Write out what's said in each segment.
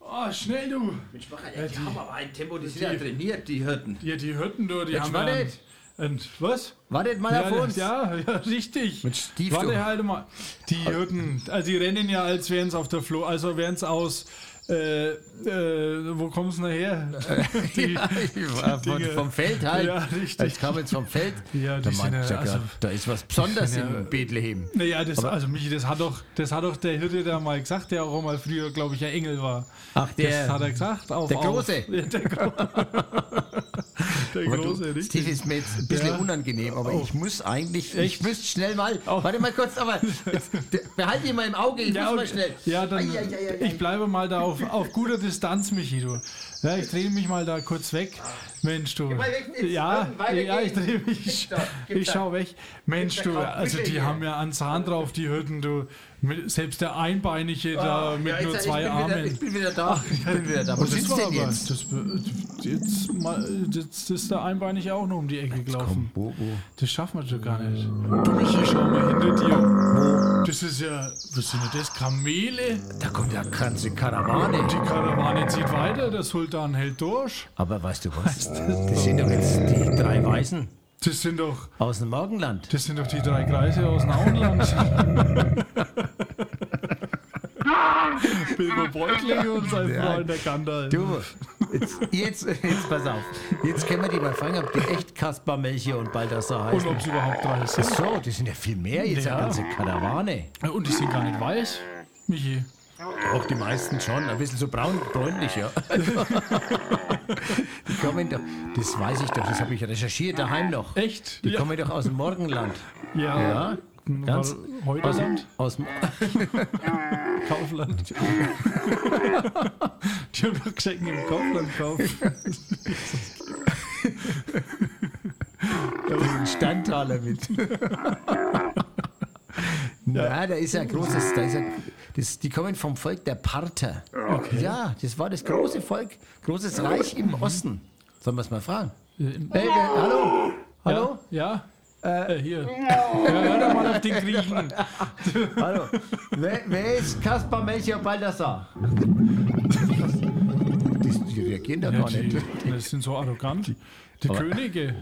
Oh, schnell du! Mensch, Bacher, Ja, ja, die, die- haben aber ein Tempo, die sind die- ja trainiert, die Hirten. Die, die Hütten, du, die Jetzt haben ja wartet. einen- einen- was? Wartet mal Ja, auf uns. ja, ja, richtig. Mit Ah. Stiefel. Warte halt mal. Die Hürden, also die rennen ja, als wären es auf der Flo, also wären es aus, äh, äh, wo kommen sie her? Die, Ja, ich war die von, Dinge. vom Feld halt. Ja, richtig. Ich kam jetzt vom Feld. Ja, da die sind meint ja- Jacker, also- da ist was Besonderes die sind ja- in Bethlehem. Naja, das, also Michi, das hat doch, das hat doch der Hirte da mal gesagt, der auch mal früher, glaube ich, ein Engel war. Ach, der- das hat er gesagt. Auf, der auf. Große. Ja, der, Gro der Aber Große, du, richtig. Steve ist mir jetzt ein bisschen Ja. unangenehm, aber Oh. ich muss eigentlich, Echt? ich müsste schnell mal, Oh. warte mal kurz, aber jetzt, der- behalte ihn mal im Auge, ich Ja, muss mal okay. schnell. Ja, dann, Ai, ai, ai, ai, ai. ich bleibe mal da auf, auf guter Distanz, Michi, du. Ja, ich drehe mich mal da kurz weg. Mensch, du. mal weg jetzt. Ja, Irgendwann weiter ja ich geht's. drehe mich. Gib da, gib Ich da. schau weg. Mensch, da du, drauf, also bitte die hier. haben ja einen Zahn drauf, die Hürden, du. Mit, selbst der Einbeinige Ah, da mit ja, jetzt, nur ich zwei bin Wieder, Armen. ich bin wieder da, ich bin wieder da. Wo Und das sitzt war denn aber, jetzt? Das, jetzt, mal, jetzt ist der Einbeinige auch noch um die Ecke gelaufen. Wo, wo? Das schaffen wir doch gar nicht. Du, Michi, schau mal hinter dir. Das ist ja, was sind denn das? Kamele? Da kommt ja ganze Karawane. Die Karawane zieht weiter, der Sultan hält durch. Aber weißt du was? Das sind doch jetzt die drei Weißen Das sind doch, aus dem Morgenland. das sind doch die drei Kreise aus Nauenland. Bilbo Beutling und sein Ja. Freund, der Gandalf. Du, jetzt, jetzt, jetzt pass auf. Jetzt können wir die mal fragen, ob die echt Kaspar, Melchior und Baldassar Und heißen. ob es überhaupt drei Ach sind. so, die sind ja viel mehr jetzt, Ja. eine ganze Karawane. Ja, Und die sind gar nicht weiß, Michi. Auch die meisten schon, ein bisschen so braun, bräunlich, ja. die kommen doch, das weiß ich doch, das habe ich recherchiert daheim noch. Echt? Die ja. kommen doch aus dem Morgenland. ja. Ja, ganz aus, dem- Heuderland, aus dem Kaufland. die haben doch Geschenke im Kaufland gekauft. Standtaler mit. Na, da ist ja ein großes, da ist ja, das, die kommen vom Volk der Parther. Ja, das war das große Volk, großes Reich im Osten. Sollen wir es mal fragen? Hey, wer- hallo? Hallo? Äh, Ja? Äh, hier. Ja, hör doch mal auf den Griechen. Hallo? Wer, wer ist Kaspar Melchior Baldassar? Die, die reagieren da Ja, gar die, nicht. die sind so arrogant. Die Könige.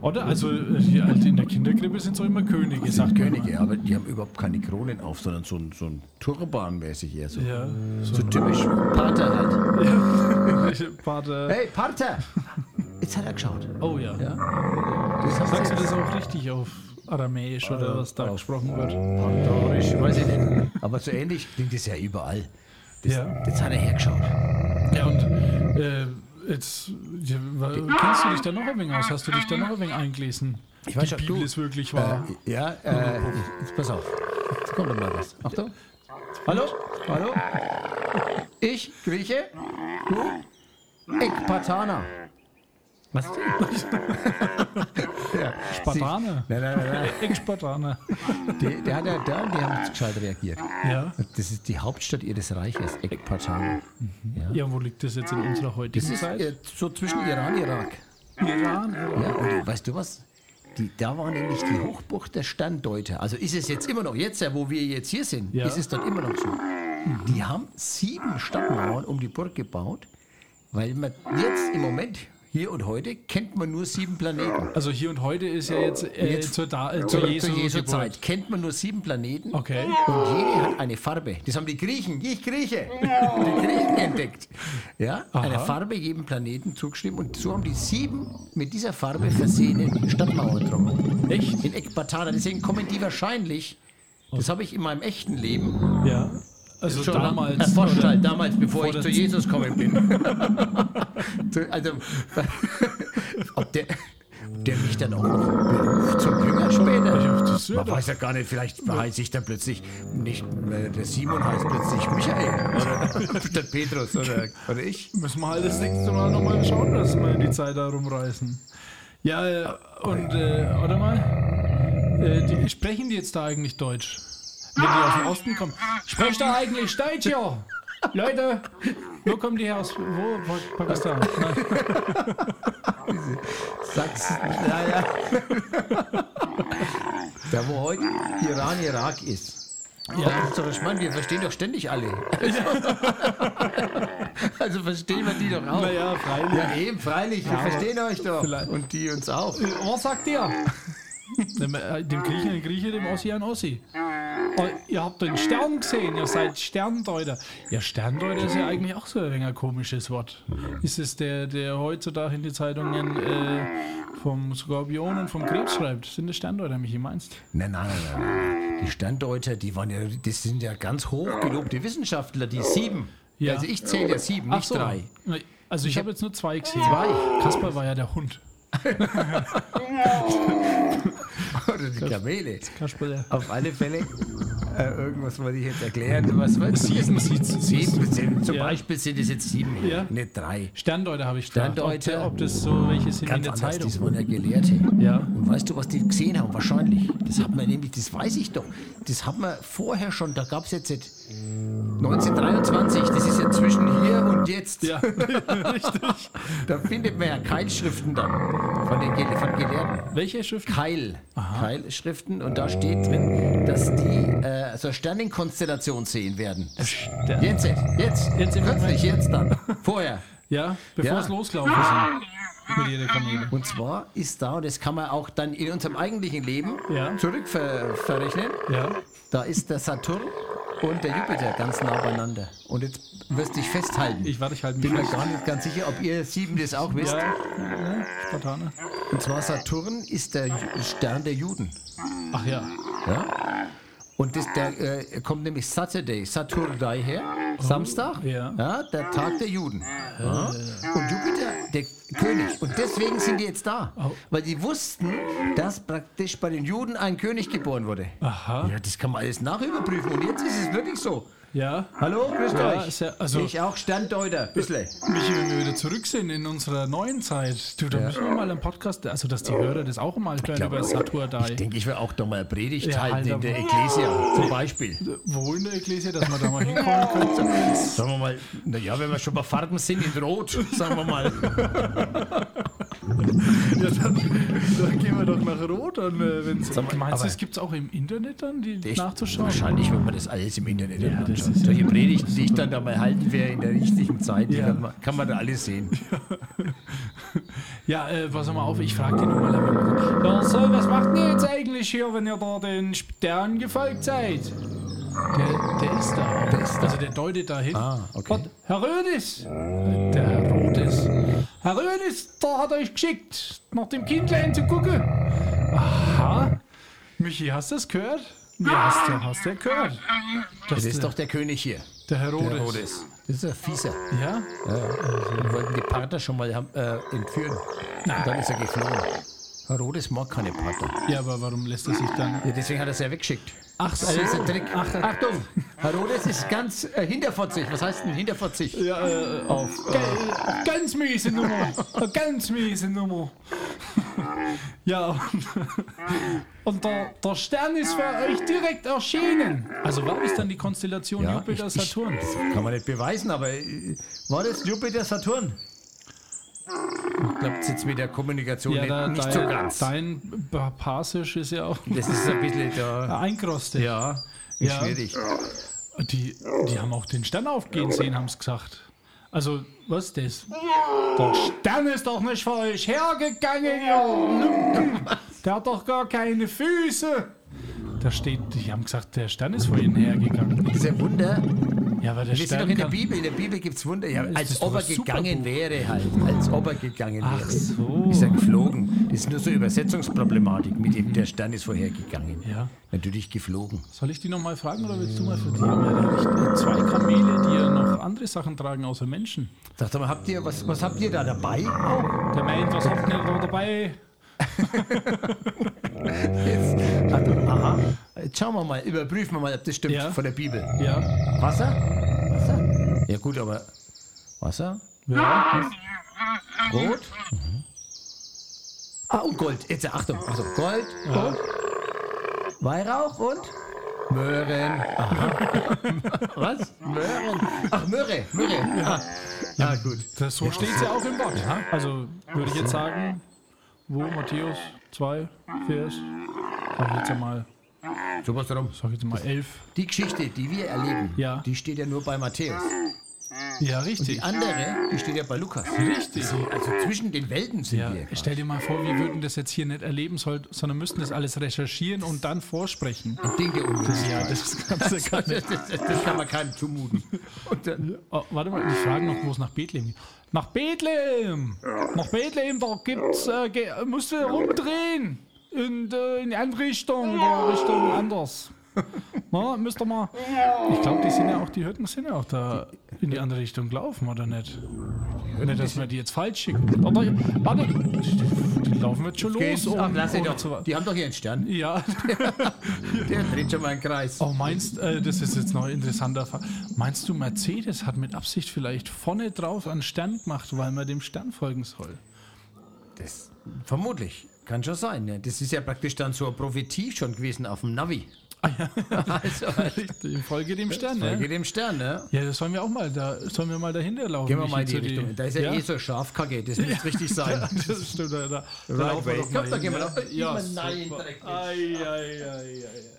Oder? Also äh, die, halt in der Kinderkrippe sind so immer Könige, sagt man. Könige, aber die haben überhaupt keine Kronen auf, sondern so ein, so ein Turban mäßig eher so. Ja. So typisch Parther halt. Vater. Hey, Partner! Jetzt hat er geschaut. Oh ja. Das hat Sagst du das auch richtig auf Aramäisch Äh, oder was da gesprochen wird? Pantorisch, weiß ich nicht. Aber so ähnlich klingt es ja überall. Das, Ja. Jetzt hat er hergeschaut. Ja, und äh, jetzt ja, wa- kennst du dich da noch ein wenig aus? Hast du dich da noch ein wenig eingelesen? Ich weiß Die schon, Bibel du- ist wirklich wahr. Ja, äh, jetzt pass auf. Jetzt kommt doch mal was. Achtung. Hallo? Äh, Hallo? Ich, Grieche? Du? Ekpatana. Was? ja, Spartaner. Nein, nein, nein. Äh, Ex-Spartaner. nein. Die, der hat ja da, die haben gescheit reagiert. Ja. Das ist die Hauptstadt ihres Reiches, Ekbatana. Ja, wo liegt das jetzt in unserer Das heutigen ist Zeit? äh, so zwischen Iran und Irak. Iran. Ja, und weißt du was? Die, da war nämlich die Hochburg der Standdeuter. Also ist es jetzt immer noch, jetzt, ja, wo wir jetzt hier sind, Ja. ist es dann immer noch so. Die haben sieben Stadtmauern um die Burg gebaut, weil man jetzt im Moment, hier und heute, kennt man nur sieben Planeten. Also hier und heute ist ja jetzt, äh, Jetzt- zur, da äh, Zur zur Jesu, Jesu Geburt. Zeit kennt man nur sieben Planeten. Okay. Und jede hat eine Farbe. Das haben die Griechen, ich Grieche, die Griechen entdeckt. Ja, eine Farbe jedem Planeten zugeschrieben. Und so haben die sieben mit dieser Farbe versehenen Stadtmauern drum. Echt? In Ekbatana. Deswegen kommen die wahrscheinlich, das habe ich in meinem echten Leben Ja. Also schon damals. erforscht, oder- halt, damals, bevor ich der zu Z- Jesus gekommen bin. Zu- also, ob der, ob der mich dann auch noch beruft zum Jünger später. Ja, das ist Man weiß ja gar nicht, vielleicht heiße ich dann plötzlich nicht, äh, der Simon heißt plötzlich Michael oder statt Petrus oder, oder ich. Müssen wir halt das nächste Mal nochmal schauen, dass wir die Zeit da rumreißen. Ja, äh, und, äh, warte mal. Äh, die, sprechen die jetzt da eigentlich Deutsch? Wenn die aus dem Osten kommen. Sprecht da eigentlich Deutsch, ja? Leute, wo kommen die her aus? Wo? Pa- Pakistan? Nein. Sachsen, naja. da wo heute Iran, Irak ist, Ja, das ist doch das Mann, wir verstehen doch ständig alle. also verstehen wir die doch auch. Naja, freilich. Ja, eben, freilich, wir verstehen euch doch. Vielleicht. Und die uns auch. Was sagt ihr? Dem, äh, dem Griechen ein Grieche, dem Ossi ein Ossi. Oh, ihr habt den Stern gesehen, ihr seid Sterndeuter. Ja, Sterndeuter ist ja eigentlich auch so ein wenig ein komisches Wort. Ist es der, der heutzutage in die Zeitungen äh, vom Skorpion und vom Krebs schreibt? Sind das Sterndeuter, Michi, meinst Nein, nein, nein, nein, nein. Die Sterndeuter, die waren ja, das sind ja ganz hochgelobte Wissenschaftler, die sieben. Ja. Also ich zähle ja sieben, nicht drei. Nee, Also ich habe jetzt nur zwei gesehen. Kasper war ja der Hund. Oder die Kamele. Kasper der... Auf alle Fälle, äh, irgendwas wollte ich jetzt erklären. Was war sieben, sieben, sind- Zum Ja. Beispiel sind es jetzt sieben, Ja. nicht drei. Sterndeuter habe ich gefragt. Sterndeuter. Ob, ob das so welche sind in Ganz der anders, Zeitung. das waren ja Gelehrte. Ja. Und weißt du, was die gesehen haben? Wahrscheinlich. Das hat man nämlich, das weiß ich doch. Das hat man vorher schon, da gab es jetzt nicht 1923, das ist ja zwischen hier und jetzt. Ja, richtig. Da findet man ja Keilschriften dann von den Gele von Gelehrten. Welche Schriften? Keil. Keilschriften und da steht drin, dass die äh, so eine Sternenkonstellation sehen werden. Stern- Jetzt, jetzt, Jetzt jetzt im kürzlich, jetzt dann, vorher. Ja, Ah. bevor Ja. es losgelaufen sind. Mit jeder Kamele. Und zwar ist da, und das kann man auch dann in unserem eigentlichen Leben Ja. zurückverrechnen, verrechnen, Ja. da ist der Saturn und der Jupiter ganz nah beieinander. Und jetzt wirst du dich festhalten. Ich warte, ich halte mich bin mir fest. gar nicht ganz sicher, ob ihr sieben das auch wisst. Ja, ne? Spartaner. Und zwar Saturn ist der Ju- Stern der Juden. Ach ja. Ja? Und das, der äh, kommt nämlich Saturday, Saturday her, Samstag, Oh, ja. der Tag der Juden. Ja? Und Jupiter, der König. Und deswegen sind die jetzt da, Oh. weil die wussten, dass praktisch bei den Juden ein König geboren wurde. Aha. Ja, das kann man alles nachüberprüfen. Und jetzt ist es wirklich so. Ja. Hallo, grüßt Ja, euch. ist ja- also- Äh, ich auch Sterndeuter, bisschen. Michi, wenn wir wieder zurück sind in unserer neuen Zeit, du, da müssen wir mal einen Podcast, also dass die Hörer das auch mal hören über Ich Saturdai. denke, ich will auch doch mal eine Predigt Ja, halten in Alter. der Ecclesia, zum Beispiel. Wo in der Ekklesia, dass man da mal hinkommen könnte. Sagen wir mal, naja, wenn wir schon bei Farben sind, in Rot, sagen wir mal. Ja, dann, dann gehen wir doch nach Rot an, äh, wenn's. Sag mal, Meinst du, aber- das gibt's auch im Internet dann, die Ich- nachzuschauen? Wahrscheinlich, wenn man das alles im Internet dann das anschaut. ist- Solche Predigten, die ich dann da mal halten werde in der richtigen Zeit, die Ja. kann, man, kann man da alles sehen. Ja, äh, pass mal auf, ich frage die nun mal. einmal. Ja, so, was macht ihr jetzt eigentlich hier, wenn ihr da den Stern gefolgt seid? Der, der ist da. Der ist da. Also der deutet da hin. Ah, okay. Und Herr Rödes, äh, der Herr Rodes. Herr Rödes, da hat euch geschickt, nach dem Kindlein zu gucken. Aha. Michi, hast du das gehört? Ja, hast du, hast du gehört. Das ist doch der König hier, der Herr Rodes. der Herodes. Das ist ein Fieser. Ja? Wir wollten die Parther schon mal äh, entführen. Und dann ist er geflohen. Herodes mag keine Parther. Ja, aber warum lässt er sich dann. Ja, deswegen hat er sie ja weggeschickt. Ach Das ist so. ein Trick. Achtung, Herodes ist ganz äh, hinterfotzig. Was heißt denn hinterfotzig? Ja, äh, auf. ganz miese Nummer. Eine ganz miese Nummer. ja, und, und der, der Stern ist für euch direkt erschienen. Also, war ist dann die Konstellation Ja, Jupiter, ich- ich- Saturn? Kann man nicht beweisen, aber äh, war das Jupiter Saturn? Ich glaube, jetzt mit der Kommunikation nicht, nicht so ganz. dein Pa- Persisch ist ja auch Das ist ein bisschen da. eingerostet. Ja, ist Ja. schwierig. Die, die haben auch den Stern aufgehen sehen, haben es gesagt. Also, was ist das? Der Stern ist doch nicht für euch hergegangen, ihr Lumpen. Der hat doch gar keine Füße. Da steht, die haben gesagt, der Stern ist vor ihnen hergegangen. Das ist ein Wunder. Ja, aber der Wir sind doch Stern in der kann... Bibel. In der Bibel gibt es Wunder. Ja, das als doch ob er ein Superbuch. gegangen wäre halt. Als ob er gegangen Ach wäre. so. Ist er geflogen. Das ist nur so Übersetzungsproblematik, mit dem der Stern ist vorhergegangen. Ja. Natürlich geflogen. Soll ich die nochmal fragen oder willst du mal für die? haben ja echt Zwei Kamele, die ja noch andere Sachen tragen außer Menschen. Sagt mal, habt ihr, was, was habt ihr da dabei? Oh. Der meint, was habt ihr da dabei? Jetzt, also, aha. Jetzt schauen wir mal, überprüfen wir mal, ob das stimmt Mhm. Ja. von der Bibel. Ja. Wasser? Wasser? Ja gut, aber Wasser? ja. Rot? Mhm. Ah, und Gold. Jetzt Achtung. Also Gold und Weihrauch und Möhren. Aha. Was? Möhren. Ach, Möhre. Möhre. Ah, Ja, ja gut. Das, so steht es ja auch im Wort. Also würde ich jetzt sagen, wo Matthäus 2, Vers, sag ich jetzt einmal Sowas darum. Sag jetzt mal elf. Die Geschichte, die wir erleben, Ja. die steht ja nur bei Matthäus. Ja, Die richtig. andere, die steht ja bei Lukas. Richtig. So, also zwischen den Welten sind Ja, wir. stell dir mal vor, wir würden das jetzt hier nicht erleben, soll- sondern müssten das alles recherchieren und dann vorsprechen. Ding der Unmöglichkeit. das kannst du gar Das, das, das kann man keinem zumuten. Und dann, Oh, warte mal, die fragen noch, wo es nach Bethlehem geht. Nach Bethlehem! Nach Bethlehem, da gibt's, äh, ge äh, musst du rumdrehen! Und äh, in die andere Richtung, da Richtung anders. Na, müsst ihr mal. Ich glaube, die sind ja auch, die Hütten sind ja auch da in die andere Richtung gelaufen, oder nicht? Nicht, dass wir die jetzt falsch schicken. Warte, warte. die laufen jetzt schon los. Ach, um- lass ihn um doch. zu- Die haben doch ihren Stern. Ja. Der dreht schon mal einen Kreis. Oh, meinst äh, das ist jetzt noch ein interessanter Fall. Meinst du, Mercedes hat mit Absicht vielleicht vorne drauf einen Stern gemacht, weil man dem Stern folgen soll? Das, vermutlich. Kann schon sein. Ne? Das ist ja praktisch dann so eine Prophetie schon gewesen auf dem Navi. also, Ah, Richtig, folge dem Stern, folge ne? dem Stern, ne? Ja, das sollen wir auch mal, da sollen wir mal dahinter laufen. Gehen wir mal in nicht die zu Richtung. Da ist ja, eh so eine Schafkacke, das muss richtig sein. das stimmt, da, da, da Right laufen wir way. doch Komm, da hin, gehen wir ne? doch- Ja, Immer nein, super. direkt. Ei, ei, ei, ei, ei.